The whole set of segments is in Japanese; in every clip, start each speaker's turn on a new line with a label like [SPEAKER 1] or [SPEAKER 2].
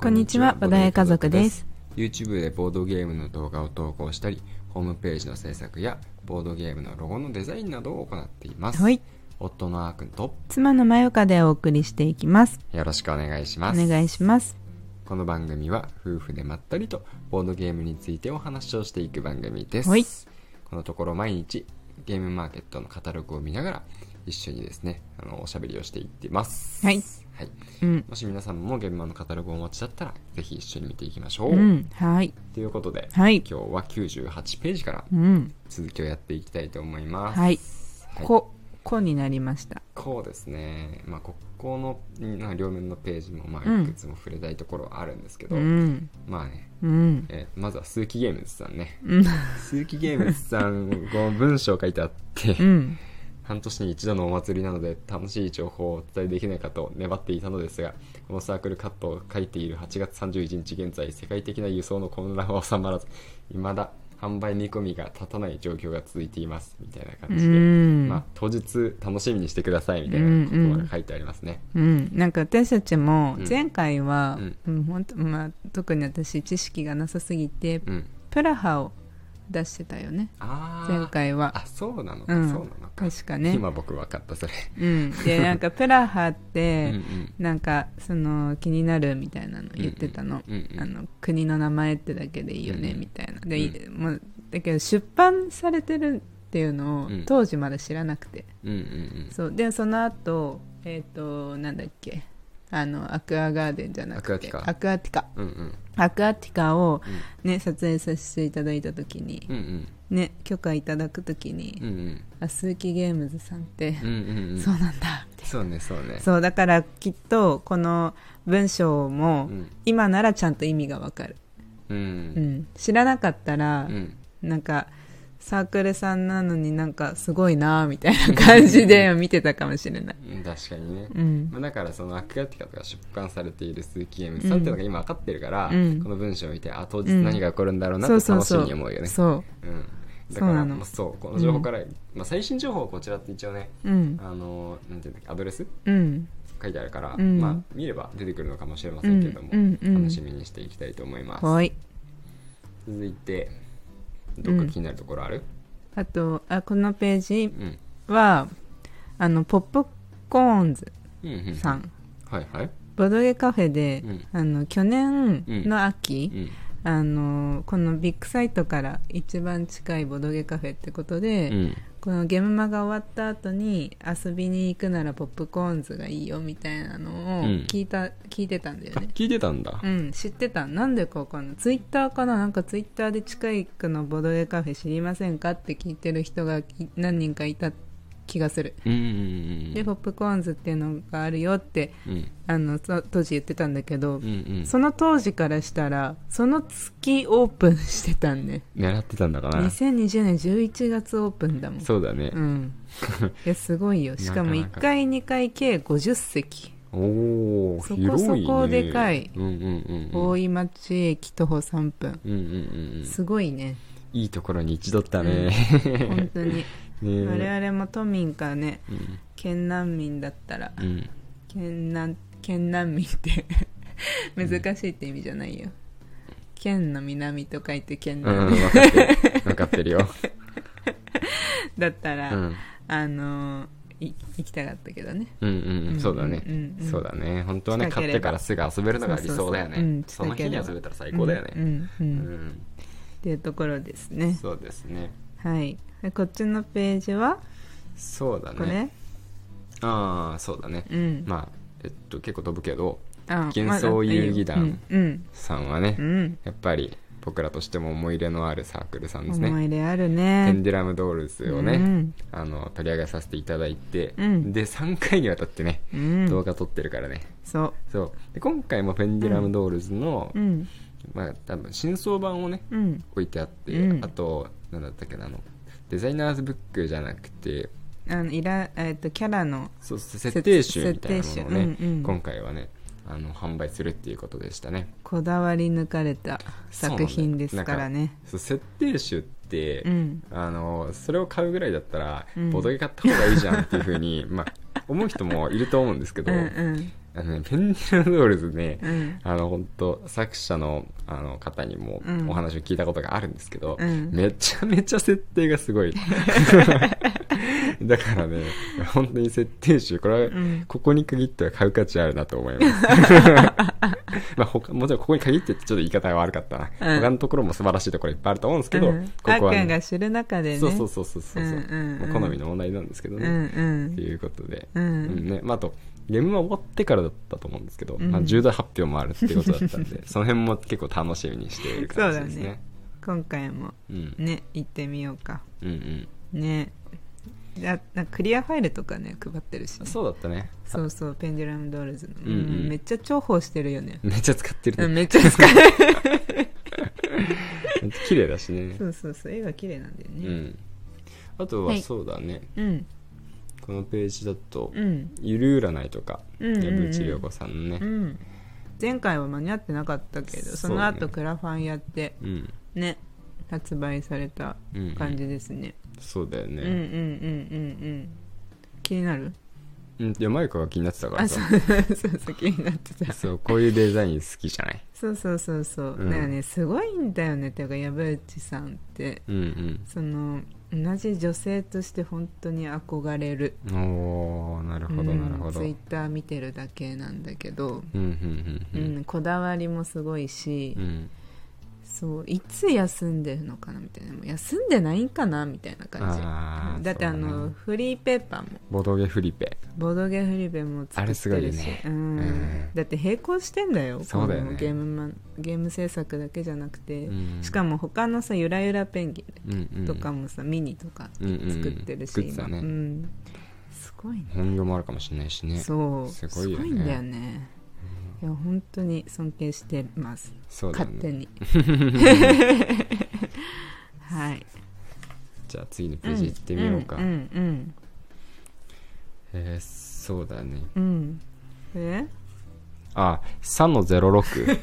[SPEAKER 1] こんにちは、ボダヤ家族です。。
[SPEAKER 2] YouTube でボードゲームの動画を投稿したり、ホームページの制作やボードゲームのロゴのデザインなどを行っています。
[SPEAKER 1] はい。
[SPEAKER 2] 夫のあーくんと
[SPEAKER 1] 妻のまよかでお送りしていきます。
[SPEAKER 2] よろしくお願いし
[SPEAKER 1] お
[SPEAKER 2] ます。
[SPEAKER 1] 願いします。
[SPEAKER 2] この番組は夫婦でまったりとボードゲームについてお話をしていく番組です。
[SPEAKER 1] はい
[SPEAKER 2] このところ毎日ゲームマーケットのカタログを見ながら一緒にですね、あのおしゃべりをしていってます。
[SPEAKER 1] はい。
[SPEAKER 2] はい。
[SPEAKER 1] うん。
[SPEAKER 2] もし皆さんも現場のカタログをお持ちだったら、ぜひ一緒に見ていきましょう。
[SPEAKER 1] うん。はい。
[SPEAKER 2] ということで、
[SPEAKER 1] はい
[SPEAKER 2] 今日は98ページから
[SPEAKER 1] うん。
[SPEAKER 2] 続きをやっていきたいと思います。
[SPEAKER 1] はい。
[SPEAKER 2] はい
[SPEAKER 1] こ、こになりました。
[SPEAKER 2] こうですね、まあ、ここのまあ両面のページもま
[SPEAKER 1] う
[SPEAKER 2] あ
[SPEAKER 1] ん
[SPEAKER 2] いくつも触れたいところはあるんですけど、
[SPEAKER 1] うん。
[SPEAKER 2] まあね、
[SPEAKER 1] うん。
[SPEAKER 2] えーまずは鈴木ゲームズさんね
[SPEAKER 1] うん。
[SPEAKER 2] 鈴木ゲームズさんこの文章書いてあって、
[SPEAKER 1] うん。
[SPEAKER 2] 半年に一度のお祭りなので楽しい情報をお伝えできないかと粘っていたのですがこのサークルカットを書いている8月31日現在世界的な輸送の混乱は収まらず未だ販売見込みが立たない状況が続いていますみたいな感じ
[SPEAKER 1] う
[SPEAKER 2] で、
[SPEAKER 1] ん
[SPEAKER 2] まあ、当日楽しみにしてくださいみたい
[SPEAKER 1] うん
[SPEAKER 2] な
[SPEAKER 1] う
[SPEAKER 2] こ
[SPEAKER 1] ん
[SPEAKER 2] とが書いてありますね。
[SPEAKER 1] うん、なんか私たちも
[SPEAKER 2] うん
[SPEAKER 1] 前回は、う
[SPEAKER 2] う
[SPEAKER 1] ん本当まあ、特に私知識がなさすぎて
[SPEAKER 2] うん
[SPEAKER 1] プラハを出してたよね
[SPEAKER 2] あー
[SPEAKER 1] 前回は
[SPEAKER 2] あそうなのか、
[SPEAKER 1] うん
[SPEAKER 2] そうなのか
[SPEAKER 1] 確かね、
[SPEAKER 2] 今僕分かったそれ。
[SPEAKER 1] うん、でなんかプラハっ
[SPEAKER 2] うんう
[SPEAKER 1] て
[SPEAKER 2] ん
[SPEAKER 1] なんかその気になるみたいなの言ってたの,、
[SPEAKER 2] うんうんうんうん
[SPEAKER 1] あの国の名前ってだけでいいよね
[SPEAKER 2] うん
[SPEAKER 1] みたいなで、いもうだけど出版されてるっていうのを
[SPEAKER 2] うん
[SPEAKER 1] 当時まだ知らなくて、
[SPEAKER 2] うんうん
[SPEAKER 1] そうでその後えっ、となんだっけあのアクアガーデンじゃなくて
[SPEAKER 2] アクアテ
[SPEAKER 1] アテ
[SPEAKER 2] ィカ
[SPEAKER 1] ィカ
[SPEAKER 2] うんうんうん
[SPEAKER 1] アクアティカを、ね撮影させていただいた時に
[SPEAKER 2] う、ん
[SPEAKER 1] ね、許可いただく時に、
[SPEAKER 2] うんうん
[SPEAKER 1] あ鈴木ゲームズさんって、
[SPEAKER 2] うんうんうんうん
[SPEAKER 1] そうなんだみたい
[SPEAKER 2] そうねそうね
[SPEAKER 1] なそうだからきっとこの文章も、
[SPEAKER 2] うん
[SPEAKER 1] 今ならちゃんと意味がわかる、
[SPEAKER 2] う
[SPEAKER 1] うんん、知らなかったら
[SPEAKER 2] う、ん
[SPEAKER 1] なんかサークルさんなのになんかすごいなみたいな感じで見てたかもしれない、
[SPEAKER 2] うん確かにね、
[SPEAKER 1] うん、
[SPEAKER 2] まあ、だからそのアクアティカとか出版されている鈴木ゲームさんっていうのが今分かってるから、
[SPEAKER 1] うん
[SPEAKER 2] この文章を見てあ当日何が起こるんだろうなって楽しみに思うよね
[SPEAKER 1] そう
[SPEAKER 2] うん
[SPEAKER 1] そ
[SPEAKER 2] だか
[SPEAKER 1] う
[SPEAKER 2] ら
[SPEAKER 1] なの
[SPEAKER 2] まあそうこの情報から、まあ、最新情報はこちらって一応ね
[SPEAKER 1] うん
[SPEAKER 2] あのなんていうんだっけアドレス
[SPEAKER 1] うん
[SPEAKER 2] 書いてあるから、
[SPEAKER 1] うん
[SPEAKER 2] まあ、見れば出てくるのかもしれませんけれども、
[SPEAKER 1] うんうんうん
[SPEAKER 2] 楽しみにしていきたいと思います、
[SPEAKER 1] はい
[SPEAKER 2] 続いてどっか気になるところある、
[SPEAKER 1] あとあこのページ
[SPEAKER 2] うん
[SPEAKER 1] はあのポップコーンズ
[SPEAKER 2] うんうんうん、
[SPEAKER 1] さん
[SPEAKER 2] はいはい、
[SPEAKER 1] ボドゲカフェで、
[SPEAKER 2] うん
[SPEAKER 1] あの去年の秋、
[SPEAKER 2] うん
[SPEAKER 1] あのこのビッグサイトから一番近いボドゲカフェってことで、
[SPEAKER 2] うん
[SPEAKER 1] このゲームマが終わった後に遊びに行くならポップコーンズがいいよみたいなのを
[SPEAKER 2] うん
[SPEAKER 1] 聞いた、聞いてたんだよ
[SPEAKER 2] あ
[SPEAKER 1] ね
[SPEAKER 2] 聞いてたんだ
[SPEAKER 1] うん知ってたなんでかわかんないツイッターかななんかツイッターで近い区のボドゲカフェ知りませんかって聞いてる人がい何人かいた気がする、
[SPEAKER 2] うんうんう
[SPEAKER 1] で
[SPEAKER 2] ん
[SPEAKER 1] ポップコーンズっていうのがあるよって
[SPEAKER 2] うん
[SPEAKER 1] あのそ当時言ってたんだけど、
[SPEAKER 2] うんうん
[SPEAKER 1] その当時からしたらその月オープンしてたんね
[SPEAKER 2] 狙ってたんだかな
[SPEAKER 1] 2020年11月オープンだもん
[SPEAKER 2] そうだね
[SPEAKER 1] う、 ん、いやすごいよしかも
[SPEAKER 2] なかなか
[SPEAKER 1] 1階2階計50席
[SPEAKER 2] おお
[SPEAKER 1] そこ
[SPEAKER 2] 広いね
[SPEAKER 1] そこでかい
[SPEAKER 2] うんうんうんうん
[SPEAKER 1] 大井町駅徒歩3分
[SPEAKER 2] うんうんうんうん
[SPEAKER 1] すごいね
[SPEAKER 2] いいところに一度った ね、
[SPEAKER 1] 本当に
[SPEAKER 2] ねえ
[SPEAKER 1] 我々も都民かね県南民だったら
[SPEAKER 2] うんうん
[SPEAKER 1] 県南県南民って 難しいって意味じゃないよ県の南と書いて県
[SPEAKER 2] う ん、
[SPEAKER 1] 南
[SPEAKER 2] 分かってる分かってるよ、
[SPEAKER 1] だったら、
[SPEAKER 2] うん、
[SPEAKER 1] あのーい行きたかったけどね
[SPEAKER 2] うんうんうんそうだね、
[SPEAKER 1] うんうん
[SPEAKER 2] そうだね本当はね
[SPEAKER 1] 近け
[SPEAKER 2] 買っ
[SPEAKER 1] れば
[SPEAKER 2] てからすぐ遊べるのが理想だよ
[SPEAKER 1] そうそうそ
[SPEAKER 2] ね
[SPEAKER 1] ううん
[SPEAKER 2] その日
[SPEAKER 1] 近け
[SPEAKER 2] に
[SPEAKER 1] れば
[SPEAKER 2] 遊べたら最高だよ
[SPEAKER 1] うん
[SPEAKER 2] ね
[SPEAKER 1] うんう
[SPEAKER 2] うんん、
[SPEAKER 1] っていうところですね
[SPEAKER 2] そうですね
[SPEAKER 1] はいでこっちのページは
[SPEAKER 2] そうだ
[SPEAKER 1] これ、
[SPEAKER 2] ねああそうだね、
[SPEAKER 1] うん
[SPEAKER 2] まあえっと結構飛ぶけど
[SPEAKER 1] あ
[SPEAKER 2] 幻想遊戯団
[SPEAKER 1] まだいいようん
[SPEAKER 2] さんはね、
[SPEAKER 1] うん、うん
[SPEAKER 2] やっぱり僕らとしても思い入れのあるサークルさんです
[SPEAKER 1] 思
[SPEAKER 2] ね
[SPEAKER 1] い入れある
[SPEAKER 2] ペン
[SPEAKER 1] ね
[SPEAKER 2] デュラムドールズをね、
[SPEAKER 1] うん
[SPEAKER 2] あの取り上げさせていただいて、
[SPEAKER 1] うん
[SPEAKER 2] で3回にわたってね、
[SPEAKER 1] うん
[SPEAKER 2] 動画撮ってるからね
[SPEAKER 1] そう
[SPEAKER 2] そうで今回もペンデュラムドールズの、
[SPEAKER 1] うん
[SPEAKER 2] まあ多分新装版をね
[SPEAKER 1] うん
[SPEAKER 2] 置いてあって、
[SPEAKER 1] うん
[SPEAKER 2] あと何だったっけなあのデザイナーズブックじゃなくて
[SPEAKER 1] あのいら、えっとキャラの
[SPEAKER 2] そう設定集みたいなものをね
[SPEAKER 1] 設定、集うんうん
[SPEAKER 2] 今回はねあの販売するっていうことでしたね
[SPEAKER 1] こだわり抜かれた作品ですからね
[SPEAKER 2] そう設定集って、
[SPEAKER 1] うん
[SPEAKER 2] あのそれを買うぐらいだったら、
[SPEAKER 1] うん
[SPEAKER 2] ボドゲ買った方がいいじゃんっていうふうにまあ思う人もいると思うんですけど、
[SPEAKER 1] うんうん
[SPEAKER 2] あのね、ペンディラドールズね、
[SPEAKER 1] うん
[SPEAKER 2] あの、本当作者のあの方にも
[SPEAKER 1] うん
[SPEAKER 2] お話を聞いたことがあるんですけど、
[SPEAKER 1] うん
[SPEAKER 2] めちゃめちゃ設定が すごい。だからね、本当に設定集、これは、
[SPEAKER 1] ん
[SPEAKER 2] ここに限っては買う価値あるなと思 います。まあ他、もちろんここに限ってってちょっと言い方が悪かったな。
[SPEAKER 1] うん
[SPEAKER 2] 他のところも素晴らしいところいっぱいあると思うんですけど、
[SPEAKER 1] うん、
[SPEAKER 2] ここは、
[SPEAKER 1] 赤が知る中でね
[SPEAKER 2] そうそうそうそうそう。
[SPEAKER 1] うんうんうん
[SPEAKER 2] もう好みの問題なんですけど
[SPEAKER 1] う
[SPEAKER 2] ね。
[SPEAKER 1] ん
[SPEAKER 2] っていうことで、
[SPEAKER 1] うんうん
[SPEAKER 2] ねまあ、あとゲームは終わってからだったと思うんですけど、
[SPEAKER 1] うん
[SPEAKER 2] まあ、重大発表もあるっていうことだった んでその辺も結構楽しみにしている感じですね
[SPEAKER 1] 今回も
[SPEAKER 2] う
[SPEAKER 1] ね行ってみようか
[SPEAKER 2] んうん
[SPEAKER 1] ねあなんかクリアファイルとかね配ってるし
[SPEAKER 2] う
[SPEAKER 1] ね、
[SPEAKER 2] んそうだったね
[SPEAKER 1] そうそうペンデュラムドールズの、
[SPEAKER 2] うんうん
[SPEAKER 1] めっちゃ重宝してるよね、
[SPEAKER 2] めっちゃ使ってる
[SPEAKER 1] うん、
[SPEAKER 2] ね
[SPEAKER 1] めっちゃ使 う
[SPEAKER 2] めっちゃ綺麗だしね
[SPEAKER 1] そうそうそう絵が綺麗なんだよ
[SPEAKER 2] う
[SPEAKER 1] ね
[SPEAKER 2] んあと
[SPEAKER 1] は
[SPEAKER 2] はいそうだね、
[SPEAKER 1] うん
[SPEAKER 2] このページだと、
[SPEAKER 1] うん
[SPEAKER 2] ゆる占いとか
[SPEAKER 1] うんうんうん
[SPEAKER 2] 矢口涼子さんの
[SPEAKER 1] う
[SPEAKER 2] ね
[SPEAKER 1] ん前回は間に合ってなかったけどそ
[SPEAKER 2] そう
[SPEAKER 1] の
[SPEAKER 2] だね
[SPEAKER 1] 後クラファンやって
[SPEAKER 2] うん
[SPEAKER 1] ね発売された
[SPEAKER 2] うんうん
[SPEAKER 1] 感じですね、
[SPEAKER 2] そうだよ
[SPEAKER 1] うん、うんうん
[SPEAKER 2] ね、
[SPEAKER 1] うんうん気になる
[SPEAKER 2] うん、いやマイクが気になってたから
[SPEAKER 1] あそ
[SPEAKER 2] さ
[SPEAKER 1] うそうそう気になってた
[SPEAKER 2] そうこういうデザイン好きじゃない
[SPEAKER 1] そうそうそうそう、
[SPEAKER 2] うん
[SPEAKER 1] なんかねすごいんだよねっていうか藪内さんって
[SPEAKER 2] うん
[SPEAKER 1] その同じ女性として本当に憧れる
[SPEAKER 2] うんおーなるほどなるほど、
[SPEAKER 1] ツ
[SPEAKER 2] う
[SPEAKER 1] イ
[SPEAKER 2] ん
[SPEAKER 1] ッター見てるだけなんだけど、
[SPEAKER 2] うんう
[SPEAKER 1] うん
[SPEAKER 2] うん
[SPEAKER 1] ん、こだわりもすごいし、
[SPEAKER 2] うん
[SPEAKER 1] そういつ休んでるのかなみたいなもう休んでないんかなみたいな感
[SPEAKER 2] あ
[SPEAKER 1] じ
[SPEAKER 2] ー
[SPEAKER 1] だってあ
[SPEAKER 2] そう
[SPEAKER 1] の、
[SPEAKER 2] ね
[SPEAKER 1] フリーペーパーも
[SPEAKER 2] ボドゲフリペ
[SPEAKER 1] ボードゲーフリーペーも作ってるし
[SPEAKER 2] あれすごいよね
[SPEAKER 1] うん
[SPEAKER 2] うん
[SPEAKER 1] だって並行してんだよ
[SPEAKER 2] そうだよね
[SPEAKER 1] このゲームマンゲーム制作だけじゃなくて、
[SPEAKER 2] うん
[SPEAKER 1] しかも他のさゆらゆらペンギ
[SPEAKER 2] うんう
[SPEAKER 1] ン
[SPEAKER 2] ん
[SPEAKER 1] とかもさ、ミニとか
[SPEAKER 2] うんうんうん
[SPEAKER 1] 作ってるし、
[SPEAKER 2] 作ってたね
[SPEAKER 1] 今うん、すごいね
[SPEAKER 2] 本業もあるかもしれないしね
[SPEAKER 1] そう
[SPEAKER 2] すごいよね
[SPEAKER 1] すんだよねいや本当に尊敬してます、
[SPEAKER 2] そうだよ
[SPEAKER 1] 勝手
[SPEAKER 2] ね
[SPEAKER 1] に はい
[SPEAKER 2] じゃあ次のページ行ってみようか、
[SPEAKER 1] うんうん
[SPEAKER 2] えー、そうだね
[SPEAKER 1] うん、うん、え
[SPEAKER 2] あ3の06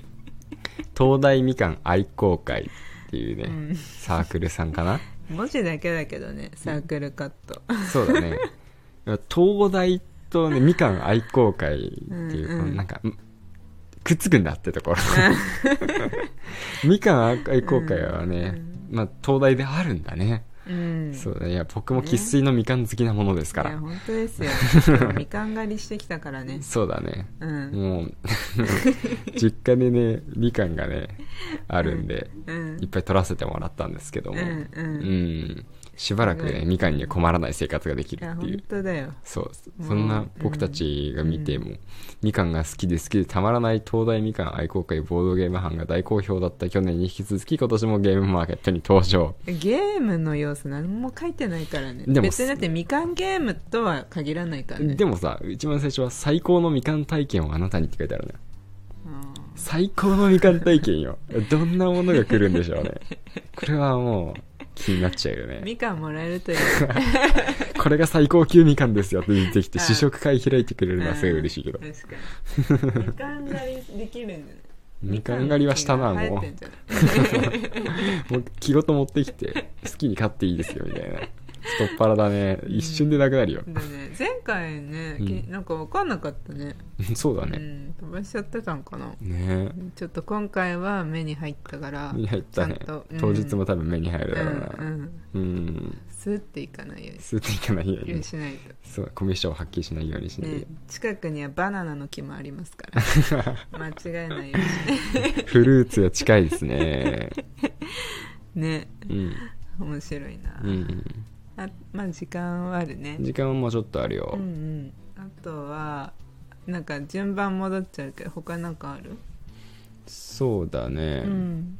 [SPEAKER 2] 東大みかん愛好会っていうね、
[SPEAKER 1] うん
[SPEAKER 2] サークルさんかな
[SPEAKER 1] 文字だけだけどねサークルカッ ト
[SPEAKER 2] そうだね東大とねみかん愛好会っていう、
[SPEAKER 1] うんうん
[SPEAKER 2] このなんかんくっつくんだってところみかん愛好会はね、まあ東大であるんだね
[SPEAKER 1] うん
[SPEAKER 2] そうだねいや僕も生粋のみかん好きなものですか
[SPEAKER 1] い
[SPEAKER 2] ら、
[SPEAKER 1] や本当ですよ みかん狩りしてきたからね
[SPEAKER 2] そうだね
[SPEAKER 1] うん
[SPEAKER 2] もう 実家でねみかんがねあるんで、
[SPEAKER 1] うん
[SPEAKER 2] いっぱい取らせてもらったんですけど
[SPEAKER 1] うん
[SPEAKER 2] も、
[SPEAKER 1] う
[SPEAKER 2] うん
[SPEAKER 1] い
[SPEAKER 2] んしばらくねみかんには困らない生活ができる
[SPEAKER 1] や
[SPEAKER 2] ってい
[SPEAKER 1] 本
[SPEAKER 2] う
[SPEAKER 1] 当だよ
[SPEAKER 2] そう
[SPEAKER 1] うん
[SPEAKER 2] そんな僕たちが見ても、みかんが好きで好きでたまらない東大みかん愛好会ボードゲーム班が大好評だった去年に引き続き今年もゲームマーケットに登場
[SPEAKER 1] ゲームの要素何も書いてないからね
[SPEAKER 2] でも
[SPEAKER 1] 別にだってみかんゲームとは限らないからね
[SPEAKER 2] でもさ一番最初は「最高のみかん体験をあなたに」って書いてあるね
[SPEAKER 1] うん
[SPEAKER 2] 最高のみかん体験よどんなものが来るんでし ょうねこれはもう気になっちゃうよね
[SPEAKER 1] みかんもらえるという
[SPEAKER 2] これが最高級みかんですよって出てきて
[SPEAKER 1] あー
[SPEAKER 2] 試食会開いてくれるのはすごい嬉しいけど
[SPEAKER 1] 確かにみかん狩りできるんじゃない
[SPEAKER 2] みかん狩りはしたな
[SPEAKER 1] みかん
[SPEAKER 2] も
[SPEAKER 1] が
[SPEAKER 2] う
[SPEAKER 1] 生えてんじゃない
[SPEAKER 2] もう木ごと持ってきて好きに飼っていいですよみたいな太っ腹だね一瞬でなくなるよ
[SPEAKER 1] だね前回ね、き
[SPEAKER 2] うん
[SPEAKER 1] なんか分かんなかったね
[SPEAKER 2] そうだ
[SPEAKER 1] う
[SPEAKER 2] ね
[SPEAKER 1] ん飛ばしちゃってたんかな
[SPEAKER 2] ね
[SPEAKER 1] ちょっと今回は目に入ったから
[SPEAKER 2] え目に入ったね
[SPEAKER 1] ちゃんとうん
[SPEAKER 2] 当日も多分目に入
[SPEAKER 1] う
[SPEAKER 2] る
[SPEAKER 1] んう
[SPEAKER 2] だろうなんうん
[SPEAKER 1] スーっていかないように
[SPEAKER 2] 吸っていかないようにね
[SPEAKER 1] しないと
[SPEAKER 2] そうコミュ障を発揮しないようにしない
[SPEAKER 1] ね
[SPEAKER 2] で、
[SPEAKER 1] 近くにはバナナの木もありますから 間違えないようにし
[SPEAKER 2] フルーツが近いで すね
[SPEAKER 1] ねね
[SPEAKER 2] うん
[SPEAKER 1] 面白いな、
[SPEAKER 2] うん
[SPEAKER 1] あまあ時間はあるね
[SPEAKER 2] 時間はもうちょっとあるよ、
[SPEAKER 1] うんうんあとはなんか順番戻っちゃうけど他なんかある
[SPEAKER 2] そうだね
[SPEAKER 1] うん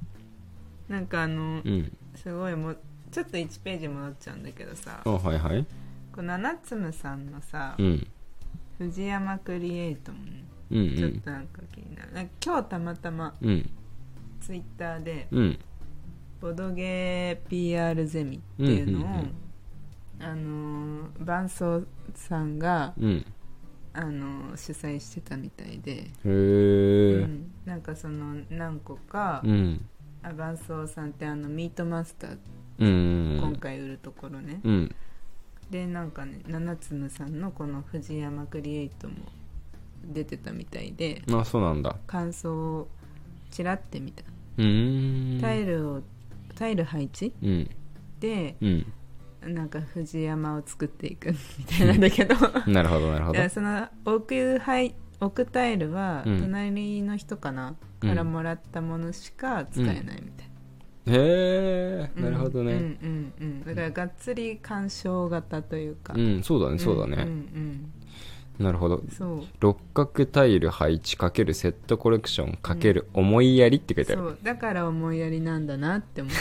[SPEAKER 1] なんかあの
[SPEAKER 2] うん、
[SPEAKER 1] すごいもうちょっと1ページ戻っちゃうんだけどさ
[SPEAKER 2] あはいはい
[SPEAKER 1] こう七つむさんのさ
[SPEAKER 2] うん
[SPEAKER 1] 藤山クリエイトもね
[SPEAKER 2] うんう
[SPEAKER 1] ちょっ
[SPEAKER 2] ん
[SPEAKER 1] となんか気になるなんか今日たまたま
[SPEAKER 2] うん
[SPEAKER 1] ツイッターで
[SPEAKER 2] うん
[SPEAKER 1] ボドゲー PR ゼミっていうのを、
[SPEAKER 2] うんうん
[SPEAKER 1] あのー伴奏さんが、
[SPEAKER 2] うん
[SPEAKER 1] あのー主催してたみたいで、
[SPEAKER 2] へ
[SPEAKER 1] う
[SPEAKER 2] え
[SPEAKER 1] んなんかその何個か、
[SPEAKER 2] うん
[SPEAKER 1] あ伴奏さんってあのミートマスター、
[SPEAKER 2] うんう
[SPEAKER 1] 今
[SPEAKER 2] ん
[SPEAKER 1] 回売るところね、
[SPEAKER 2] うん
[SPEAKER 1] でなんかね七つむさんのこの藤山クリエイトも出てたみたいで
[SPEAKER 2] あそうなんだ
[SPEAKER 1] 感想をちらって見た
[SPEAKER 2] うーん
[SPEAKER 1] タイルをタイル配置
[SPEAKER 2] うん
[SPEAKER 1] で
[SPEAKER 2] うん
[SPEAKER 1] なんか藤山を作っていくみたいなんだけど
[SPEAKER 2] なるほどなるほ
[SPEAKER 1] い
[SPEAKER 2] ど
[SPEAKER 1] やその置く配置くタイルは
[SPEAKER 2] うん
[SPEAKER 1] 隣の人かな、
[SPEAKER 2] うん
[SPEAKER 1] からもらったものしか使えないみたいな、
[SPEAKER 2] へ
[SPEAKER 1] う
[SPEAKER 2] え
[SPEAKER 1] ん
[SPEAKER 2] なるほどね
[SPEAKER 1] うんうんうんだからがっつり鑑賞型というか、
[SPEAKER 2] うん、そうだねそうだね、
[SPEAKER 1] うんうん
[SPEAKER 2] なるほど
[SPEAKER 1] うんそう
[SPEAKER 2] 六角タイル配置かけるセットコレクションかける思いやりって書いてあ
[SPEAKER 1] そ
[SPEAKER 2] る、
[SPEAKER 1] うだから思いやりなんだなって思っ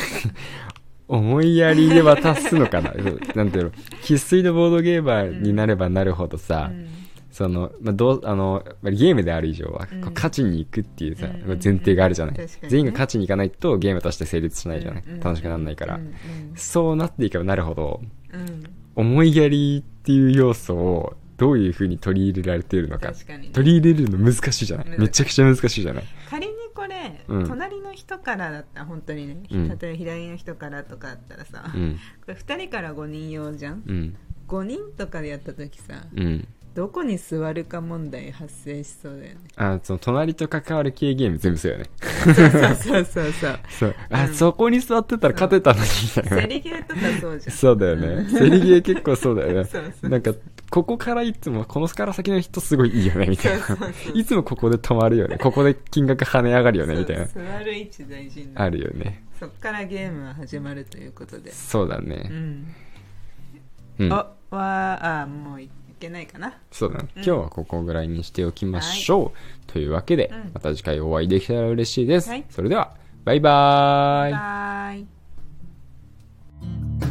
[SPEAKER 2] 思いやりで渡す のかなそうなんていうの生粋のボードゲーマーになればなるほど
[SPEAKER 1] た、
[SPEAKER 2] さ、
[SPEAKER 1] うん
[SPEAKER 2] その、まあ、どうあのまあゲームである以上は、
[SPEAKER 1] うん
[SPEAKER 2] こう勝ちに行くっていうさ、
[SPEAKER 1] うんうんうん
[SPEAKER 2] まあ前提があるじゃない、
[SPEAKER 1] 確かにね
[SPEAKER 2] 全員が勝ちに行かないとゲームとして成立しないじゃない、
[SPEAKER 1] うんうん
[SPEAKER 2] 楽しくならないから、
[SPEAKER 1] うん
[SPEAKER 2] そうなっていけばなるほど
[SPEAKER 1] うんうん
[SPEAKER 2] 思いやりっていう要素をどういうふうに取り入れられているのか
[SPEAKER 1] 確かにね
[SPEAKER 2] 取り入れるの難しいじゃない
[SPEAKER 1] 難しい
[SPEAKER 2] めちゃくちゃ難しいじゃない
[SPEAKER 1] 仮にこれ、
[SPEAKER 2] うん
[SPEAKER 1] 隣の人からだったら本当にね、
[SPEAKER 2] うん
[SPEAKER 1] 例えば左の人からとかだったらさ、
[SPEAKER 2] う
[SPEAKER 1] こ
[SPEAKER 2] ん
[SPEAKER 1] れ2人から5人用じゃん
[SPEAKER 2] うん
[SPEAKER 1] 5人とかでやった時さ
[SPEAKER 2] うん
[SPEAKER 1] どこに座るか問題発生しそう だよね
[SPEAKER 2] あその隣と関わる系ゲーム全部そうよね
[SPEAKER 1] そうそうそうそう
[SPEAKER 2] そうあ、
[SPEAKER 1] うん
[SPEAKER 2] そこに座ってたら勝てたのにみたい
[SPEAKER 1] セ
[SPEAKER 2] な
[SPEAKER 1] リゲーとかそうじゃん
[SPEAKER 2] そうだよねセリゲー結構そうだよ ね
[SPEAKER 1] そうそう
[SPEAKER 2] なんかここからいつもこのから先の人すごいいいよねみたいな
[SPEAKER 1] そうそうそう
[SPEAKER 2] いつもここで止まるよねここで金額跳ね上がるよねみたいな
[SPEAKER 1] そう座る位置大事にな
[SPEAKER 2] あ
[SPEAKER 1] る
[SPEAKER 2] るよね
[SPEAKER 1] そっからゲームは始まるということで
[SPEAKER 2] そうだ
[SPEAKER 1] う
[SPEAKER 2] ね
[SPEAKER 1] ん、
[SPEAKER 2] うん
[SPEAKER 1] おわああもういけないかな
[SPEAKER 2] そうだね、
[SPEAKER 1] うん
[SPEAKER 2] 今日はここぐらいにしておきましょう、というわけで、
[SPEAKER 1] うん
[SPEAKER 2] また次回お会いできたら嬉しいです、
[SPEAKER 1] はい
[SPEAKER 2] それではバイバーイ
[SPEAKER 1] バイ